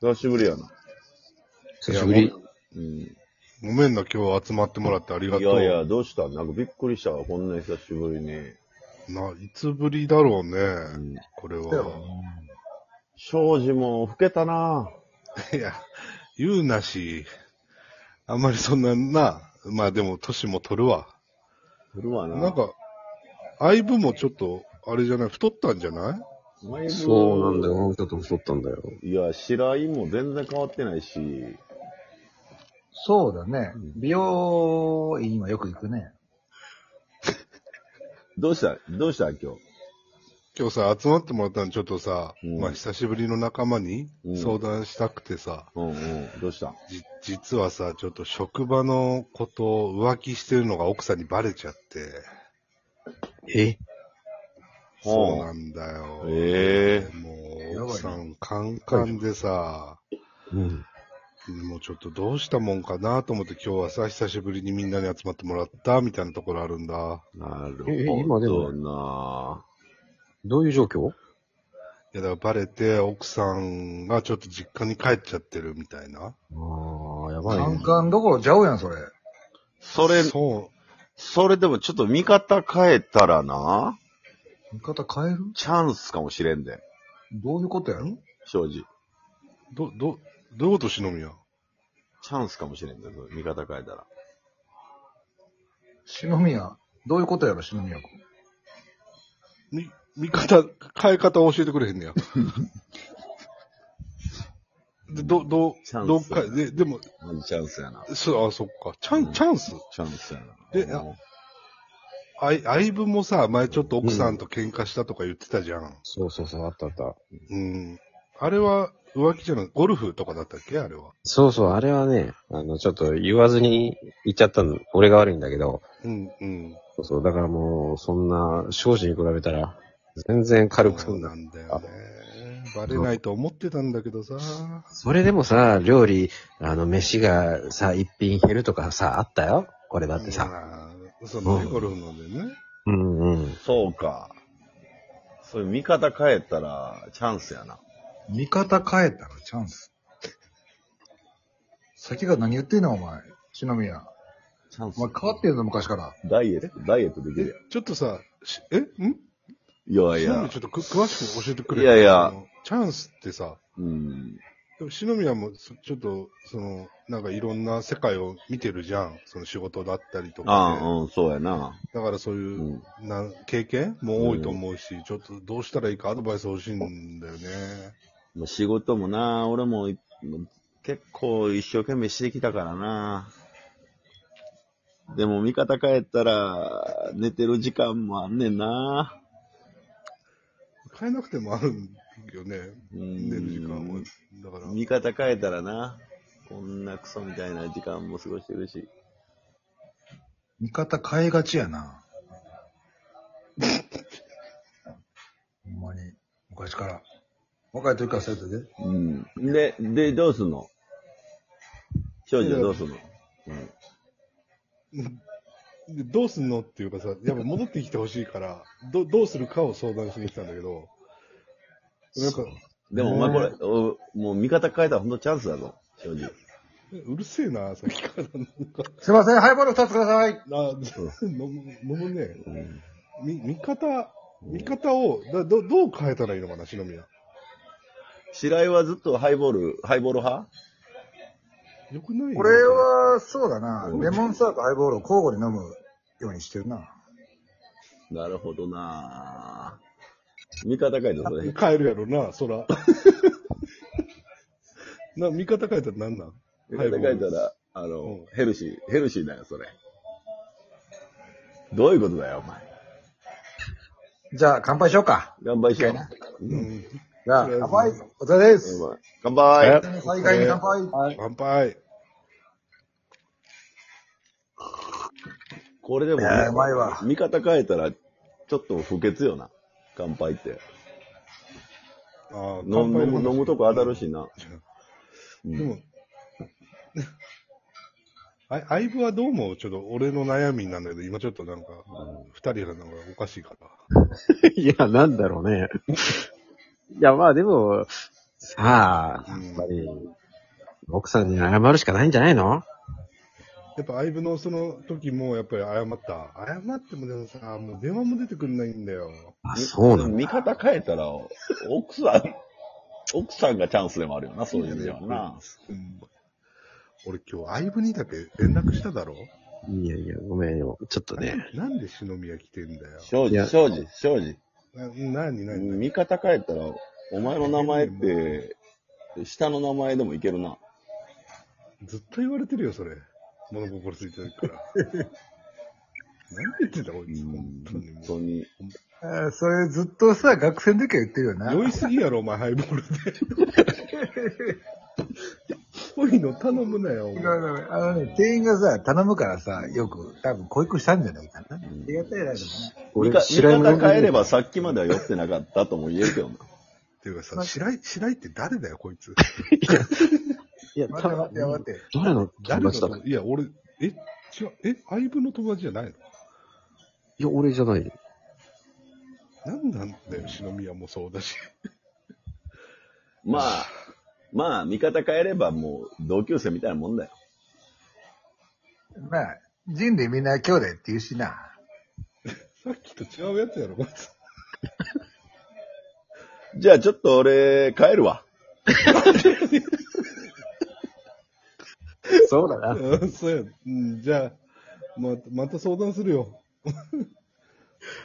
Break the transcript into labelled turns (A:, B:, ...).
A: 久しぶりやな。
B: 久しぶり。
A: うん。い
C: ごめんな、今日集まってもらってありがとう。
A: やいや、どうしたなんかびっくりしたわ。こんな久しぶりに。
C: な、いつぶりだろうね、
A: ん
C: これ
A: そうや
C: は。
A: 庄司も老けたない
C: や、言うなし、あんまりそんな、な、まあでも、年も取るわ。
A: ぁ。るわな。
C: なん、か、相部もちょっと、あれじゃない、太ったんじゃない
B: そうなんだ
A: よ。
B: よ。あの人とも太ったんだよ。
A: いや、白井も全然変わってないし、
D: そうだね。美容院はよく行くね。
A: どうしたどうした今日。
C: 今日さ、集まってもらったのちょっとさ、
A: うん
C: まあ久しぶりの仲間に
A: うん
C: 相談したくてさ、
A: うんうん。どうした
C: じ、実はさ、ちょっと職場のことを浮気してるのが奥さんにバレちゃって、
B: え
C: そうなんだよ。
A: え
C: も
D: やばいな
C: う、奥さん、カンカンでさ、
B: うん。
C: もうちょっとどうしたもんかなと思って今日はさ、久しぶりにみんなに集まってもらったみたいなところあるんだ。
A: なるほど。
B: え今でも
A: な
B: どういう状況
C: いや、だからバレて奥さんがちょっと実家に帰っちゃってるみたいな。
B: ああ、やばい、
D: カ
B: ね
D: ン。カンどころちゃうやん、それ。
A: それ、
C: そ
A: それでもちょっと見方変えたらな
D: 見方変える
A: チャンスかもしれんで、
D: どういうことやろ
A: 正直。
C: う、ど、ど、どういうことしのみや
A: チャンスかもしれんで、それ見方変えたら。
D: 篠宮。どういうことやろ、篠宮君。
C: み、見方、変え方教えてくれへんねや。で、ど、ど
A: チャ、ンス
C: どっか、で、でも、
A: マジチャンスやな。
C: そ、あ、そっか。チャン、チャンス
A: チャンスやな。
C: え
A: うん
C: あい、相分もさ、前ちょっと奥さんと喧嘩したとか言ってたじゃん。
B: そうそうそう、あったあった。
C: うん。あれは浮気じゃない、ゴルフとかだったっけあれは。
B: そうそう、あれはね、あの、ちょっと言わずに言っちゃったの、俺が悪いんだけど、
C: うんうん。
B: そうそう、だからもう、そんな、少子に比べたら、全然軽く
C: そ
B: 済
C: うん
B: だ
C: な。んだよね。バレないと思ってたんだけどさ。
B: それでもさ、料理、あの、飯がさ、一品減るとかさ、あったよ。これだってさ。
C: まあ。そのね、
B: うん
C: ゴルフのでね。
B: うんうん。
A: そうか。それ見方変えたら、チャンスやな。
D: 見方変えたらチャンス。 先が何言ってんの、お前。篠宮。
A: チャンス。
D: お前変わってんぞ、昔から。
A: ダイエット、ダイエットできる
C: ちょっとさ、しえん
A: やん。いやい
C: い
A: や
C: ちょ。っとく詳しく教えてくれ。
A: いやいや
C: あの。チャンスってさ、
A: うん。
C: でも篠宮もそちょっと、その、なんかいろんな世界を見てるじゃん。その仕事だったりとか
A: あ
C: で。
A: あ、うん、そうやな。
C: だからそういうう、
A: ん。
C: な経験も多いと思うし、ちょっとどうしたらいいかアドバイス欲しいんだよね。
A: まあ仕事もな、俺もい結構一生懸命してきたからな。でも見方変えたら、寝てる時間もあんねんな。
C: 変えなくてもあるよね、
A: うん
C: 寝る時間は。だから、
A: 見方変えたらな、こんなクソみたいな時間も過ごしてるし。
D: 見方変えがちやな。 ほんまに。昔から。若い時からそうやったで。
A: うん。で、で、どうすんの少女はどうすんの
C: でどうすんのっていうかさ、やっぱ戻ってきてほしいから、どどうするかを相談しに来たんだけど、なんか、
A: でもお前これ、おもう見方変えたらほんとチャンスだぞ、正直。
C: うるせえな、さっきからなんか、
D: すいません、ハイボール2つください。
C: あ 飲む飲むね、
A: うん
C: み見方、見方をだど、どう変えたらいいのかな、篠宮。
A: 白井はずっとハイボール、ハイボール派
C: よくない
D: これ、は、そうだな。
A: うん
D: レモンサワーとハイボールを交互に飲むようにしてるな。
A: なるほどなぁ。見方変えたそれ。
C: 変えるやろな、そら。 な、見方変えたらなんなん
A: 見方変えた
C: ハイボール
A: ら、あの、
C: うん
A: ヘルシー、ヘルシーだよ、それ。どういうことだよ、お前。
D: じゃあ、乾杯しようか。
A: 頑張りしよう。
C: うん。
D: じゃあ、乾杯。お疲れです。
A: うん乾杯。
D: 最下位に乾杯。
C: 乾杯。
A: これでも、
D: いやうまいわ
A: 見方変えたら、ちょっと不潔よな。乾杯って。
C: ああ、
A: 飲む、
C: 乾杯の話
A: 飲むとこ当たるしな。
C: でも、あ相部はどうも、ちょっと俺の悩みなんだけど、今ちょっとなんか、二人がなんかおかしいから。
B: いや、なんだろうね。いや、まあでも、さあ、やっぱり、奥さんに謝るしかないんじゃないの
C: やっぱ相部のその時も、やっぱり謝った。謝ってもでもさ、もう電話も出てくんないんだよ。
B: あ、そうなんだ。
A: 見方変えたら、奥さん、奥さんがチャンスでもあるよな、そういう意味ではな。
C: うん俺今日相部にだけ連絡しただろ
B: いやいや、ごめんよ。ちょっとね。
C: なんで忍宮来てんだよ。
A: 正
B: いや
A: 直、正直、正直。
C: な、なになに
A: 見方変えたら、お前の名前って、下の名前でもいけるな。
C: ずっと言われてるよ、それ。物心ついてるから。 何言ってんだ、こいつ。本当にも
A: 本
C: う
A: 当に。
D: あーそれずっとさ、学生の時は言ってるよな。
C: 酔いすぎやろ、お前、ハイボ ールで。こういうの頼むなよ、お前
D: だからあのね、店員がさ、頼むからさ、よく、多分、保育したんじゃないかな。あ
A: ん
D: りがたいな、でもね。
A: 見
B: 俺
A: か見
B: 白山
A: 方変えれ
B: ば。
A: ばさっきまでは酔ってなかったとも言えるけどな。
C: っていうかさ、白井、白井って誰だよ、こいつ。
B: いや、
D: 待って
B: た
D: 待って待って。
B: 誰の
C: 誰
B: 友
C: の
B: 達だった
C: 友いや、俺、え、違う、え、相部の友達じゃないの
B: いや、俺じゃないよ。
C: なんなんだよ、篠宮もそうだし。
A: まあ、まあ、見方変えればもう同級生みたいなもんだよ。
D: まあ、人類みんな兄弟って言うしな。
C: さっきと違うやつやろ、こいつ。
A: じゃあちょっと俺、帰るわ。
B: そうだな。
C: うんそうや。うんじゃあ、ま、また相談するよ。